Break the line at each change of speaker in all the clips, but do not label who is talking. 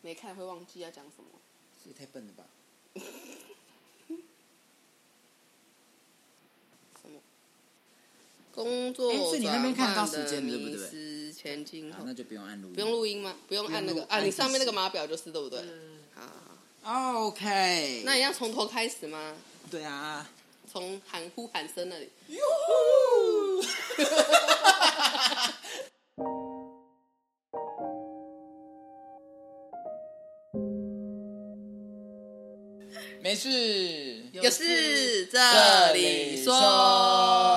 没看会忘记要讲什么。
这也太笨了吧！
什么？工作
哎
转
是你那边看得到
换的
时间对不
迷
对
失前进
好
后，
啊那就不用按录音。
不用录音吗？不用按那个
不用录
啊，
按嗯
你上面那
就是
个码表就是对不对？好好好，
哦 OK。
那你要从头开始吗？
对啊。
从喊呼喊声那里。
没事，
有事
这
这
里
里
说。
说。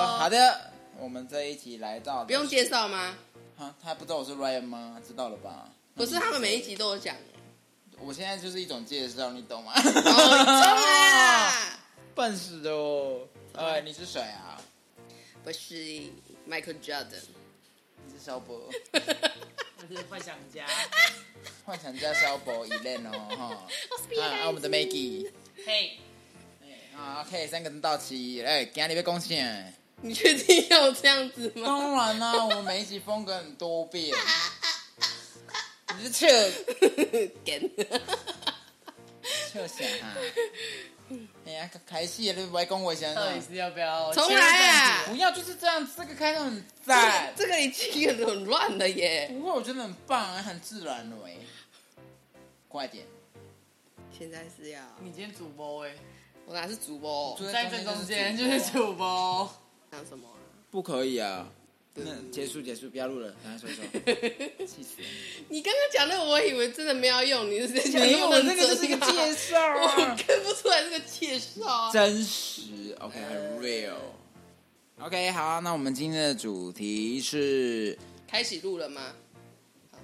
好的，我们这一集来到的
不用介绍吗？
啊，他不知道我是 Ryan 吗？知道了吧？
不是，他们每一集都有讲。
我现在就是一种介绍，你 懂吗？
哦，你中啦！
笨死的哦！呃，你是谁啊？
我是 Michael Jordan。
你是肖博，
我是幻想家。
幻想家肖博 Elen 哦哈。啊，啊我
我
们的 Maggie。
嘿，
啊，OK，三个人到齐，哎、今天你被贡献。
你确定要这样子 吗？
当然啦、我们每一集风格很多变。你是笑
干！
笑啥、啊？哎呀，开戏了，你不爱恭维先
到底
生。
是要不要
重来啊！
不要就是这样，这个开头很赞。
这个已经很乱了耶！
不会，我觉得很棒，啊很自然了哎。快点，
现在是要
你今天主播哎、
我哪是主播
就
哦？
在这中间就是主播，
讲什么啊？
不可以啊。那结束结束，不要录了，赶快说 说。气死人！
你刚刚讲那个，我以为真的没有用，你是在讲
没有，我
那
这个就是一个 介
绍，
绍
我
啊，
看不出来这个介绍啊。
真实，OK，很 real。OK，好，那我们今天的主题是
开始录了吗？好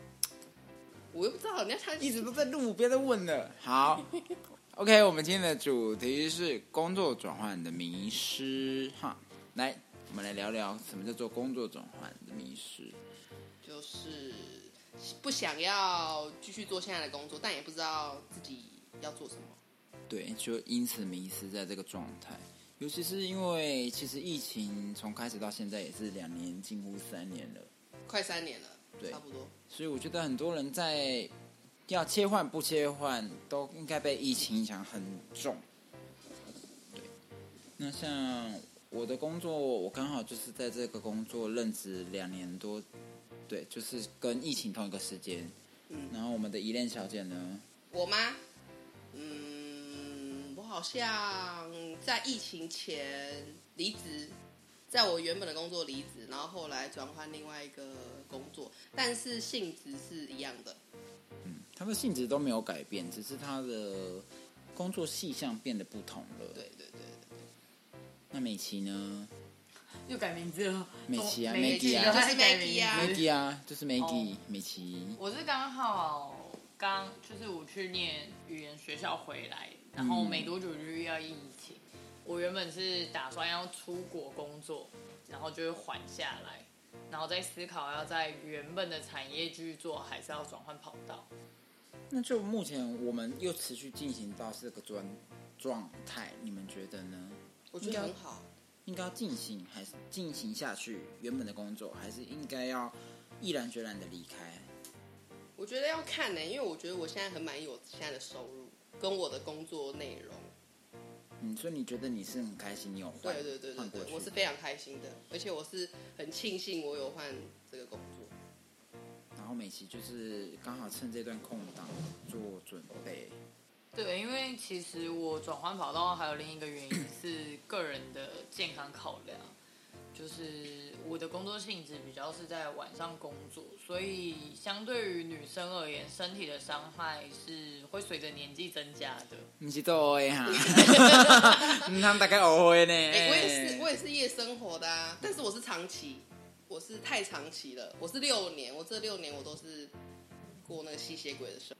我又不知道，你要他
一直都在录，别再问了。好 ，OK，我们今天的主题是工作转换的迷失哈。来，我们来聊聊什么叫做工作转换的迷失。
就是不想要继续做现在的工作，但也不知道自己要做什么。
对，就因此迷失在这个状态。尤其是因为其实疫情从开始到现在也是两年，近乎三年了，
快三年了，
对
差不多。
所以我觉得很多人在要切换不切换，都应该被疫情影响很重。对，那像我的工作，我刚好就是在这个工作任职两年多，对，就是跟疫情同一个时间。
嗯
然后我们的依恋小姐呢，
我吗？嗯，我好像在疫情前离职，在我原本的工作离职，然后后来转换另外一个工作，但是性质是一样的。
她的性质都没有改变，只是她的工作细项变得不同了。
对对对对，
那美琪呢
又改名字了。
美琪啊
怎么
美琪啊
又
就
在
是
改
Maggie
名
啊
字
？Maggie 啊，就是 Maggie、
哎哦
美琪。
我是刚好刚就是我去念语言学校回来，然后没多久就遇到疫情。我原本是打算要出国工作，然后就会缓下来，然后再思考要在原本的产业继续做，还是要转换跑道。
那就目前我们又持续进行到这个状状态，你们觉得呢？
我觉得很好。
应该要进行还是进行下去原本的工作，还是应该要毅然决然的离开？
我觉得要看呢、因为我觉得我现在很满意我现在的收入跟我的工作内容。
嗯，所以你觉得你是很开心，你有换
对对对
换
对
过去
对，我是非常开心的，而且我是很庆幸我有换这个工作。
然后美琪就是刚好趁这段空档做准备。
对，因为其实我转换跑道还有另一个原 因是个人的健康考量，就是我的工作性质比较是在晚上工作，所以相对于女生而言，身体的伤害是会随着年纪增加的。
你是多会哈，嗯他们大概误会呢。
哎、我也是，我也是夜生活的啊，但是我是长期，我是太长期了，我是六年，我这六年我都是过那个吸血鬼的生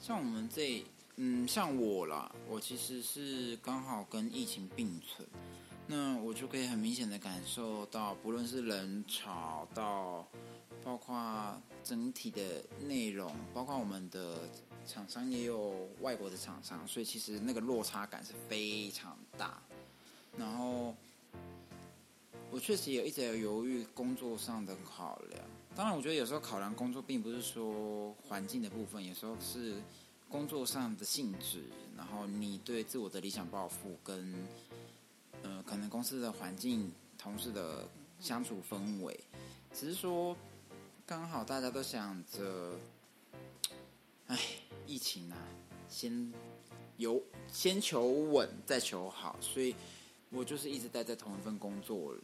像我们这，嗯，像我啦，我其实是刚好跟疫情并存，那我就可以很明显的感受到，不论是人潮到，包括整体的内容，包括我们的厂商也有外国的厂商，所以其实那个落差感是非常大。然后，我确实也一直有犹豫工作上的考量，当然，我觉得有时候考量工作，并不是说环境的部分，有时候是工作上的性质，然后你对自我的理想抱负跟，呃，可能公司的环境、同事的相处氛围，只是说刚好大家都想着，哎，疫情啊，先有先求稳，再求好，所以我就是一直待在同一份工作里。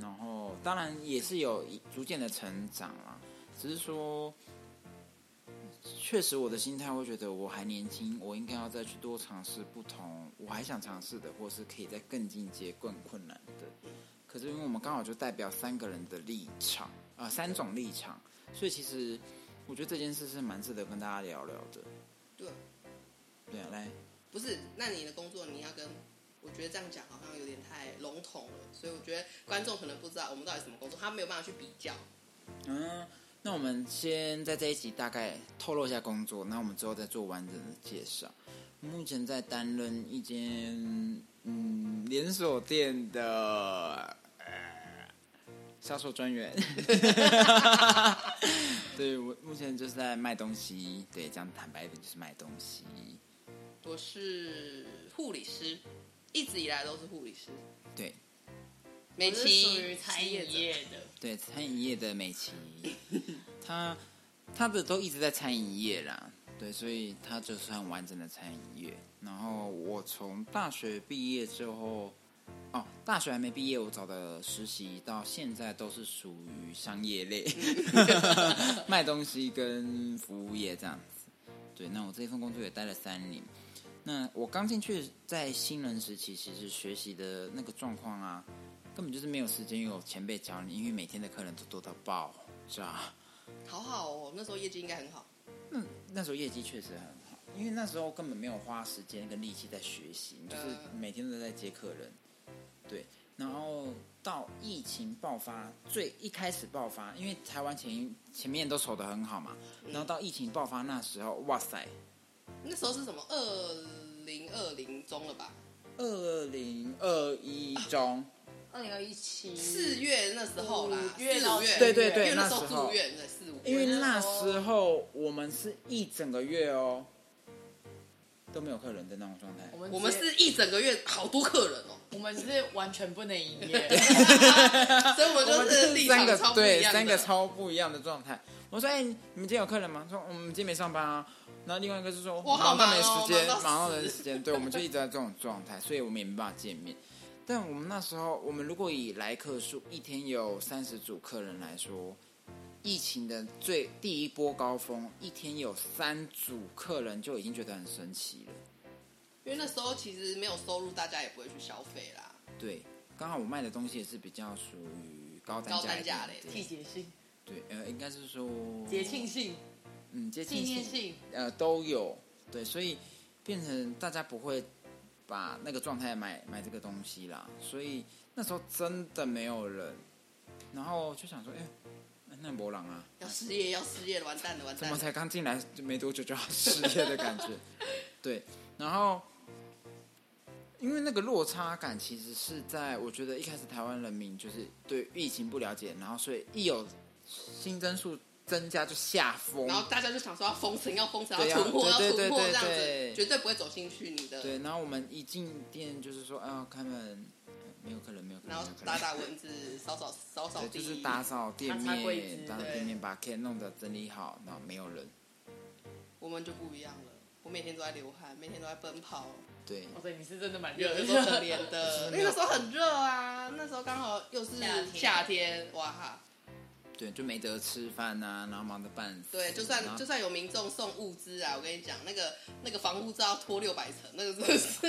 然后当然也是有一逐渐的成长啦，只是说，确实我的心态会觉得我还年轻，我应该要再去多尝试不同，我还想尝试的，或是可以再更进阶、更困难的。可是因为我们刚好就代表三个人的立场啊、呃三种立场，所以其实我觉得这件事是蛮值得跟大家聊聊的。
对，
对啊，来，
不是，那你的工作你要跟，我觉得这样讲好像有点太笼统了，所以我觉得观众可能不知道我们到底什么工作，他没有办法去比较。
嗯，那我们先在这一集大概透露一下工作，那我们之后再做完整的介绍。目前在担任一间嗯连锁店的呃销售专员， 对我目前就是在卖东西，对，这样坦白一点就是卖东西。
我是护理师，一直以来都是护理师，
对
美
我是属
琪
于餐饮
失业者
业的，
对，餐饮业的美琪，他他的都一直在餐饮业啦，对，所以他就是很完整的餐饮业。然后我从大学毕业之后，哦，大学还没毕业，我找的实习到现在都是属于商业类，卖东西跟服务业这样子。对，那我这份工作也待了三年。那我刚进去，在新人时期，其实学习的那个状况啊，根本就是没有时间有前辈教你，因为每天的客人都多到爆炸。
好好哦，那时候业绩应该很好。
那嗯那时候业绩确实很好，因为那时候根本没有花时间跟力气在学习，你就是每天都在接客人。对，然后到疫情爆发最一开始爆发，因为台湾前前面都守得很好嘛，然后到疫情爆发那时候，哇塞，
那时候是什么？二零二零中了吧？
二零二一中。
二零二一七
四月那时候啦，
五月到
四月
对对对
因为那时
那
候
时候
住院在四五
因为
月，
那时候我们是一整个月哦都没有客人的那种状态。
我们
我们
直接
是一整个月好多客人哦，
我们是完全不能营业，
所以我
啊我
就
们
是立
三
场
个
超不
对
一样的
三个超不一样的状态。我说：“哎、你们今天有客人吗？”说：“我们今天没上班啊。”然后另外一个就说：“
我好
忙到
忙
没
哦
时间，
忙到
忙到没
死
时间。” 对，我们就一直在这种状态，所以我们也没办法见面。但我们那时候，我们如果以来客数一天有三十组客人来说，疫情的最第一波高峰，一天有三组客人就已经觉得很神奇了。
因为那时候其实没有收入，大家也不会去消费啦。
对，刚好我卖的东西也是比较属于高单
高
价
单
一
价
点
类的
季
对
节性、
对，呃，应该是说
节庆，性、
嗯，节
纪
庆
念
性，
性，
呃，都有。对，所以变成大家不会把那个状态买买这个东西啦，所以那时候真的没有人，然后就想说，哎、那博朗啊，
要失业，要失业了，完蛋了，完
怎
蛋
么
了。
才刚进来就没多久就要失业的感 觉？对，然后因为那个落差感，其实是在我觉得一开始台湾人民就是对疫情不了解，然后所以一有新增数增加就吓疯，
然后大家就想说要封城，要封城，
对啊
要囤货，要
对对
囤货
对
这
对
样
对
子，绝对不会走进去你的。
对，然后我们一进店就是说，啊，开门，呃没有客人，没有客人，
然后
没有客
打
人。
打蚊子，扫扫扫扫
对，
地，
就是打扫店
擦擦柜子
面，打扫
对
店面，把 K 弄得整理好，然后没有人。
我们就不一样了。我每天都在流汗，每天都在奔跑，
对，
哦，对，你是真的蛮
有
热的
的时候可怜 的，
没
因
有
为那时候很热啊，那时候刚好又是
夏天
夏天，哇哈，
对，就没得吃饭呐、然后忙得半死。
对，就
然
算
后
就算有民众送物资啊，我跟你讲，那个那个防护罩拖六百层，那个真的是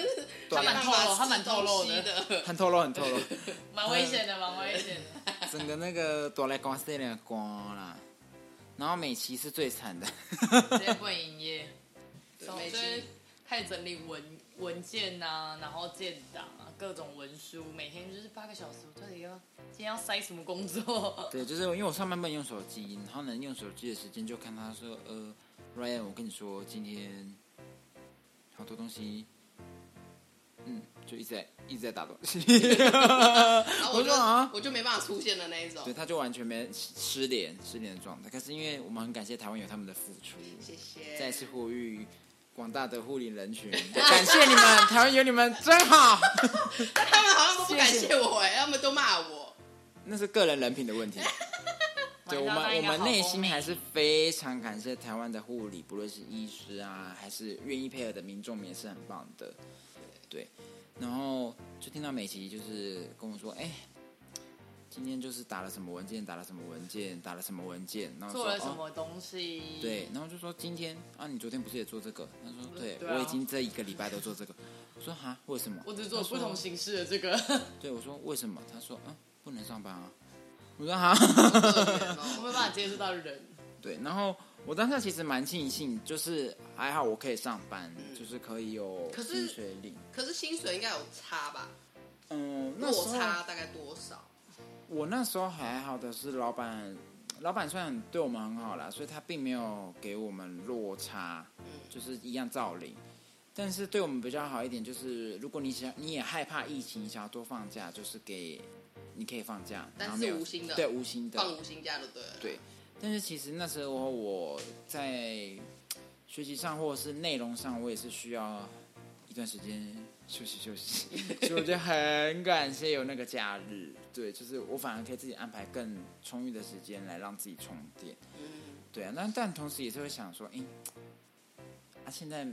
对
他蛮透露他蛮透露的
没办法吃东西的，
很透露，很透露，
蛮危险的，蛮危险的。
整个那个哆来光塞两光啦。然后美琪是最惨的，
直接不能营业，
对
然后
没
就是
机
开始整理文文件呐、然后建档啊，各种文书，每天就是八个小时，我到底要今天要塞什么工 作？
对，就是因为我上半部用手机，然后能用手机的时间就看他说，呃，Ryan，我跟你说，今天好多东西嗯，就一直在一直在打东西，
然后我就
我说啊
我就没办法出现的那一种
对，。他就完全没失联失联的状态。可是因为我们很感谢台湾有他们的付出，
谢谢。
再次呼吁广大的护理人群， 感谢你们，台湾有你们真好。
他们好像都不感
谢
谢我哎、他们都骂我。
那是个人人品的 问题。对，我
晚上
们我
当一个
们
好
内
公
心
民
还是非常感谢台湾的护理，不论是医师啊，还是愿意配合的民众，也是很棒的。对，然后就听到美琪就是跟我说，哎、今天就是打了什么文件，打了什么文件，打了什么文件，然后说
做了什
哦
么东西？
对，然后就说今天啊，你昨天不是也做这个？他说对，
对啊
我已经这一个礼拜都做这个。我说哈，为什么？
我只做
他说
不同形式的这个，
对，我说为什么？他说嗯，不能上班啊。我说哈，
好可怜
我
哦
没办法接触 到人。
对，然后我当下其实蛮庆幸，就是还好我可以上班，就是可以有
嗯可是
薪水领。
可是薪水应该有差吧？
嗯，那时
落
候
差大概多少？
我那时候还好的是老板，老板虽然对我们很好啦，所以他并没有给我们落差，
嗯
就是一样照领。但是对我们比较好一点，就是如果你想你也害怕疫情，你想要多放假，就是给你可以放假，
但
然后没有
是无薪的
对无薪的
放无薪假就对了。
对，但是其实那时候我在学习上或者是内容上，我也是需要一段时间休息休息， 所以我觉得很感谢有那个假日。对，就是我反而可以自己安排更充裕的时间来让自己充电。
嗯，
对啊，那但同时也是会想说，哎、啊，现在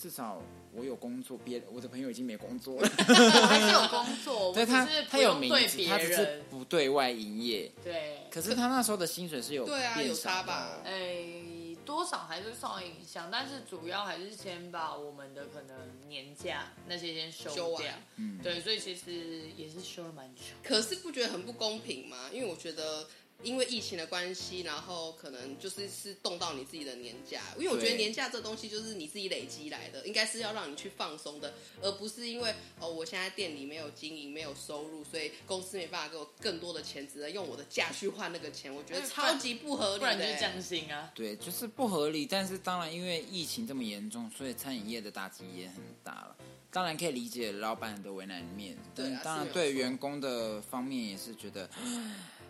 至少我有工作，别我的朋友已经没工作 了，
我还是有工作，我
但他
只是
他
不
有
用
名
对
字，
别
他只是
人。
不对外营业。
对，
可是他那时候的薪水是有
对啊，
变
有
少
差
的
吧
哦？
诶，哎多少还是受影响，但是主要还是先把我们的可能年假那些先休
休
掉
完。
嗯
对，所以其实也是休了蛮久。
可是不觉得很不公平吗？因为我觉得。因为疫情的关系，然后可能就是是动到你自己的年假，因为我觉得
对
年假这东西就是你自己累积来的，应该是要让你去放松的，而不是因为哦，我现在店里没有经营，没有收入，所以公司没办法给我更多的钱，只能用我的假去换那个钱，我觉得
嗯
超级不合理
不
的、
然就是降薪啊。
对，就是不合理。但是当然，因为疫情这么严重，所以餐饮业的打击也很大了。当然可以理解老板的为难面，
对啊
但当
是
然
有
对
错
员工的方面也是觉得，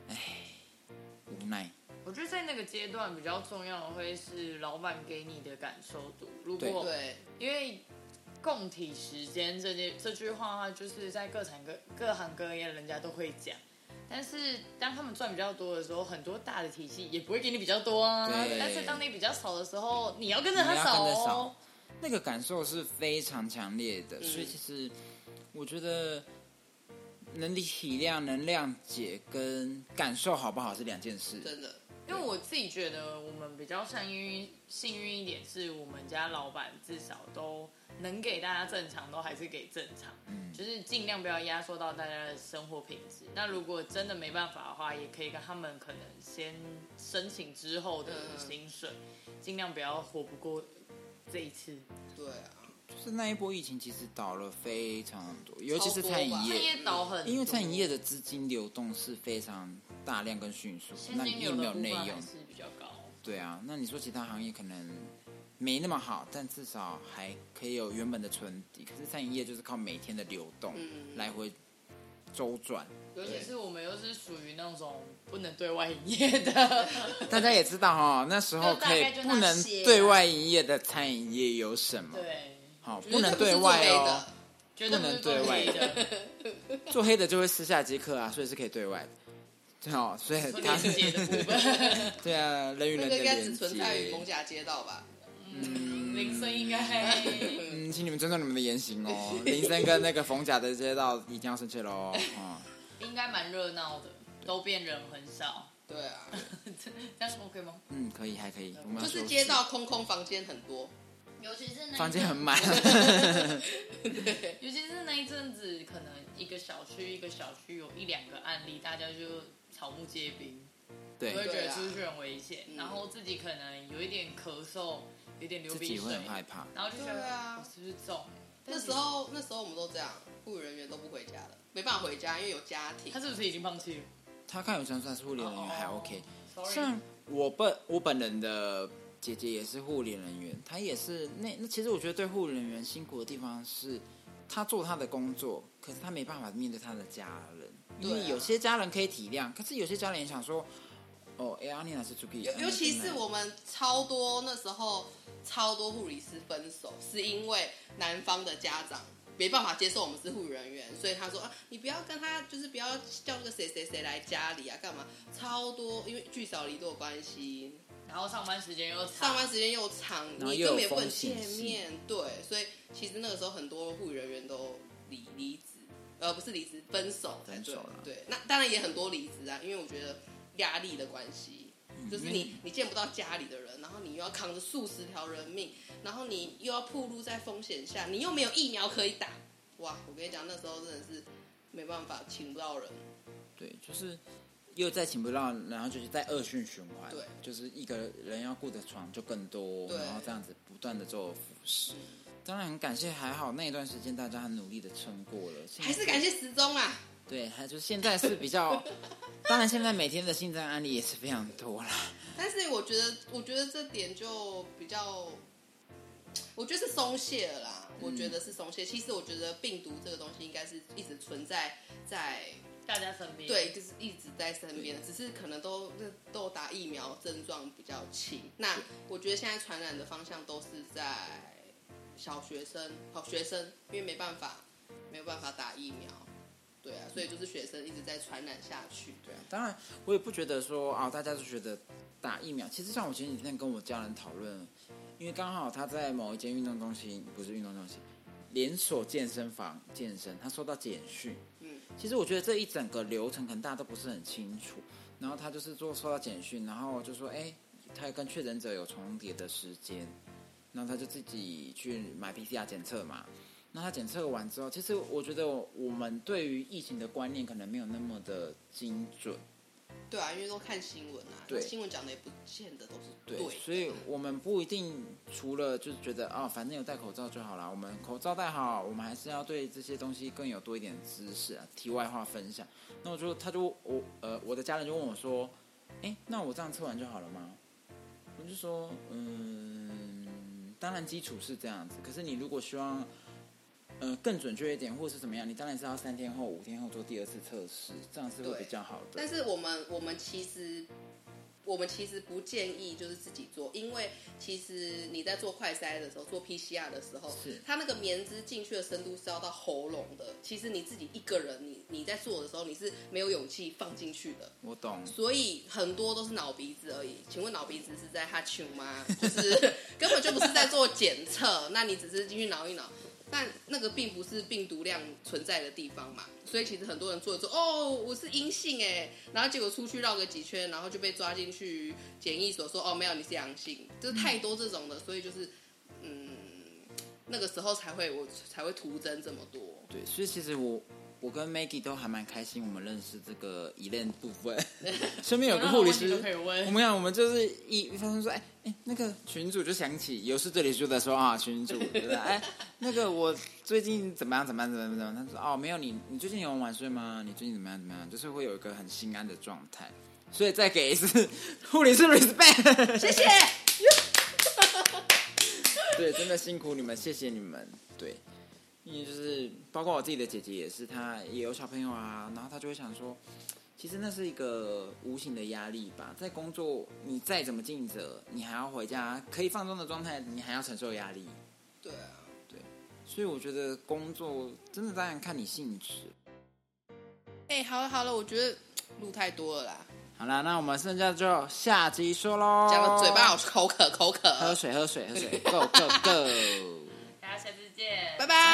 唉，无奈。
我觉得在那个阶段比较重要的会是老板给你的感受度。如果
对，
因为共体时间这些这句话的话，就是在各产各各行各业人家都会讲。但是当他们赚比较多的时候，很多大的体系也不会给你比较多啊。
对
但是当你比较少的时候，你要跟着
你
他
要跟着
哦
少。，那个感受是非常强烈的。所以
嗯
其实我觉得能体谅、能谅解跟感受好不好是两件事。
真的，
因为我自己觉得我们比较幸运幸运一点，是我们家老板至少都能给大家正常，都还是给正常，
嗯
就是尽量不要压缩到大家的生活品质。那如果真的没办法的话，也可以跟他们可能先申请之后的
嗯
薪水，尽量不要活不过这一次。
对啊，
就是那一波疫情，其实倒了非常多，尤其是餐饮
超多吧
业。
餐饮倒很多，
因为餐饮业的资金流动是非常大量跟迅速，
现
那
金
你又
流
没
的
有
部
内
分
用
啊还，是比较高。
对啊，那你说其他行业可能没那么好，但至少还可以有原本的存底。可是餐饮业就是靠每天的流动、
嗯
来回周转，
尤
对
其是我们又是属于那种不能对外营业 的，
大家也知道哦，那时候
就大
可以
概就那
不能
些啊
对外营业的餐饮业有什么？
对，
好，
绝
不能
不是
对
做
外
黑
哦
的，，
绝对不是做
不能对外
黑的，
做黑的就会私下接客啊，所以是可以对外的。对哦，所以
不
他
连接的部 分。
对啊，人与
那个
人的
应该
连
只
接
存。在于蒙甲街道吧？
嗯，铃声应该
嗯，请你们尊重你们的言行 哦。林森跟那个冯甲的街道一定要生气喽。啊、
应该蛮热闹的，都变人很少，
对 啊，
这样 OK 吗？
嗯，可以，还可以。我们要
就是
休息
街道空空，房间很多。
尤其是那
房间 很满，
尤其是那一阵子，可能一个小区一个小区有一两个案例，大家就草木皆兵，
对
我会觉
对
得
啊
出去很危险，
嗯
然后自己可能有一点咳嗽，有点流
自
鼻
己会
水
很，害怕。
然后就觉得
对啊
我是不是中了？
那时候那时候我们都这样，护理人员都不回家了，没办法回家，因为有家庭
他。是不是已经放弃了？
他看有像算是护理人员嗯还
哦
OK，
Sorry
像我本我本人的姐姐也是护理人员，她也是那那其实我觉得对护理人员辛苦的地方是，他做他的工作，可是他没办法面对他的家人，因
对
为
啊
有些家人可以体谅，可是有些家人也想说，哦，哎、阿妮老师出去，
尤
啊
尤其
你进
是
来
我们超多那时候超多护理师分手，是因为男方的家长没办法接受我们是护理人员，所以他说啊，你不要跟他，就是不要叫那个谁谁谁来家里啊，干嘛？超多，因为聚少离多的关系，
然后上班时间又长，
上班时间又长，
然后
你根
又有
本也不能
风
见
险性
面，对，所以其实那个时候很多护理人员都离离职，呃，不是离职，分手才
分
对
手了，
对，那当然也很多离职啊，因为我觉得压力的关系，就是
因为
你你见不到家里的人，然后你又要扛着数十条人命，然后你又要暴露在风险下，你又没有疫苗可以打，哇，我跟你讲，那时候真的是没办法，请不到人，
对，
嗯
就是又再请不到，然后就是在恶性循环，
对
就是一个人要顾的床就更多，
对
然后这样子不断的做服侍。当然很感谢，还好那一段时间大家很努力的撑过了，现
还
在
是感谢时钟啊，
对，还就是现在是比较，当然现在每天的新增案例也是非常多啦。
但是我觉得，我觉得这点就比较，我觉得是松懈了啦。我觉得是松懈。其实我觉得病毒这个东西应该是一直存在在，
大家身边，
对，就是一直在身边，只是可能都都有打疫苗，症状比较轻。那我觉得现在传染的方向都是在小学生、好学生，因为没办法，没有办法打疫苗，对啊，所以就是学生一直在传染下去。
对啊，当然我也不觉得说啊、大家都觉得打疫苗。其实像我前几天跟我家人讨论，因为刚好他在某一间运动中心，不是运动中心，连锁健身房健身，他收到简讯。
嗯，
其实我觉得这一整个流程可能大家都不是很清楚。然后他就是做收到简讯，然后就说，哎，他跟确诊者有重叠的时间，然后他就自己去买 PCR 检测嘛。那他检测完之后，其实我觉得我们对于疫情的观念可能没有那么的精准，
对啊，因为都看新闻啊，
对
新闻讲的也不见得都是
对，
对
所以我们不一定除了就是觉得哦，反正有戴口罩就好啦。我们口罩戴好，我们还是要对这些东西更有多一点知识啊。题外话分享，那我就他就我呃我的家人就问我说，哎，那我这样测完就好了吗？我就说，嗯，当然基础是这样子，可是你如果希望。呃，更准确一点，或是怎么样？你当然是要三天后、五天后做第二次测试，这样是会
对
比较好的。
但是我们我们其实我们其实不建议就是自己做，因为其实你在做快筛的时候，做 PCR 的时候
是，
它那个棉织进去的深度是要到喉咙的。其实你自己一个人，你你在做的时候，你是没有勇气放进去的。
我懂，
所以很多都是脑鼻子而已。请问脑鼻子是在哈啾吗？就是 根本就不是在做检测，那你只是进去挠一挠，但那个并不是病毒量存在的地方嘛。所以其实很多人做一做，哦，我是阴性哎，然后结果出去绕个几圈，然后就被抓进去检疫所说，哦，没有，你是阳性，就是太多这种的，所以就是嗯，那个时候才会我才会徒增这么多。
对，所以其实我我跟 Maggie 都还蛮开心，我们认识这个疑恋部分。 身边有个护理师
有任何问题都可以，问
我们看我们就是一发现说，哎哎，那个群主就想起有事这里就在说啊，群主，对不对哎，那个我最近怎么样怎么样怎么样怎么样？他说哦，没有你，你最近有晚睡吗？你最近怎么样怎么样？就是会有一个很心安的状态。所以再给一次护理师 respect，
谢谢。
对，真的辛苦你们，谢谢你们。对，因为就是包括我自己的姐姐也是，她也有小朋友啊，然后她就会想说，其实那是一个无形的压力吧。在工作，你再怎么尽责，你还要回家可以放松的状态，你还要承受压力。
对啊，
所以我觉得工作真的当然看你性质。
哎、好了好了，我觉得录太多了啦。
好啦，那我们剩下就下集说喽。
讲的嘴巴好口渴口渴，
喝水，喝水，喝水，Go Go Go！
大家下次见，
拜拜。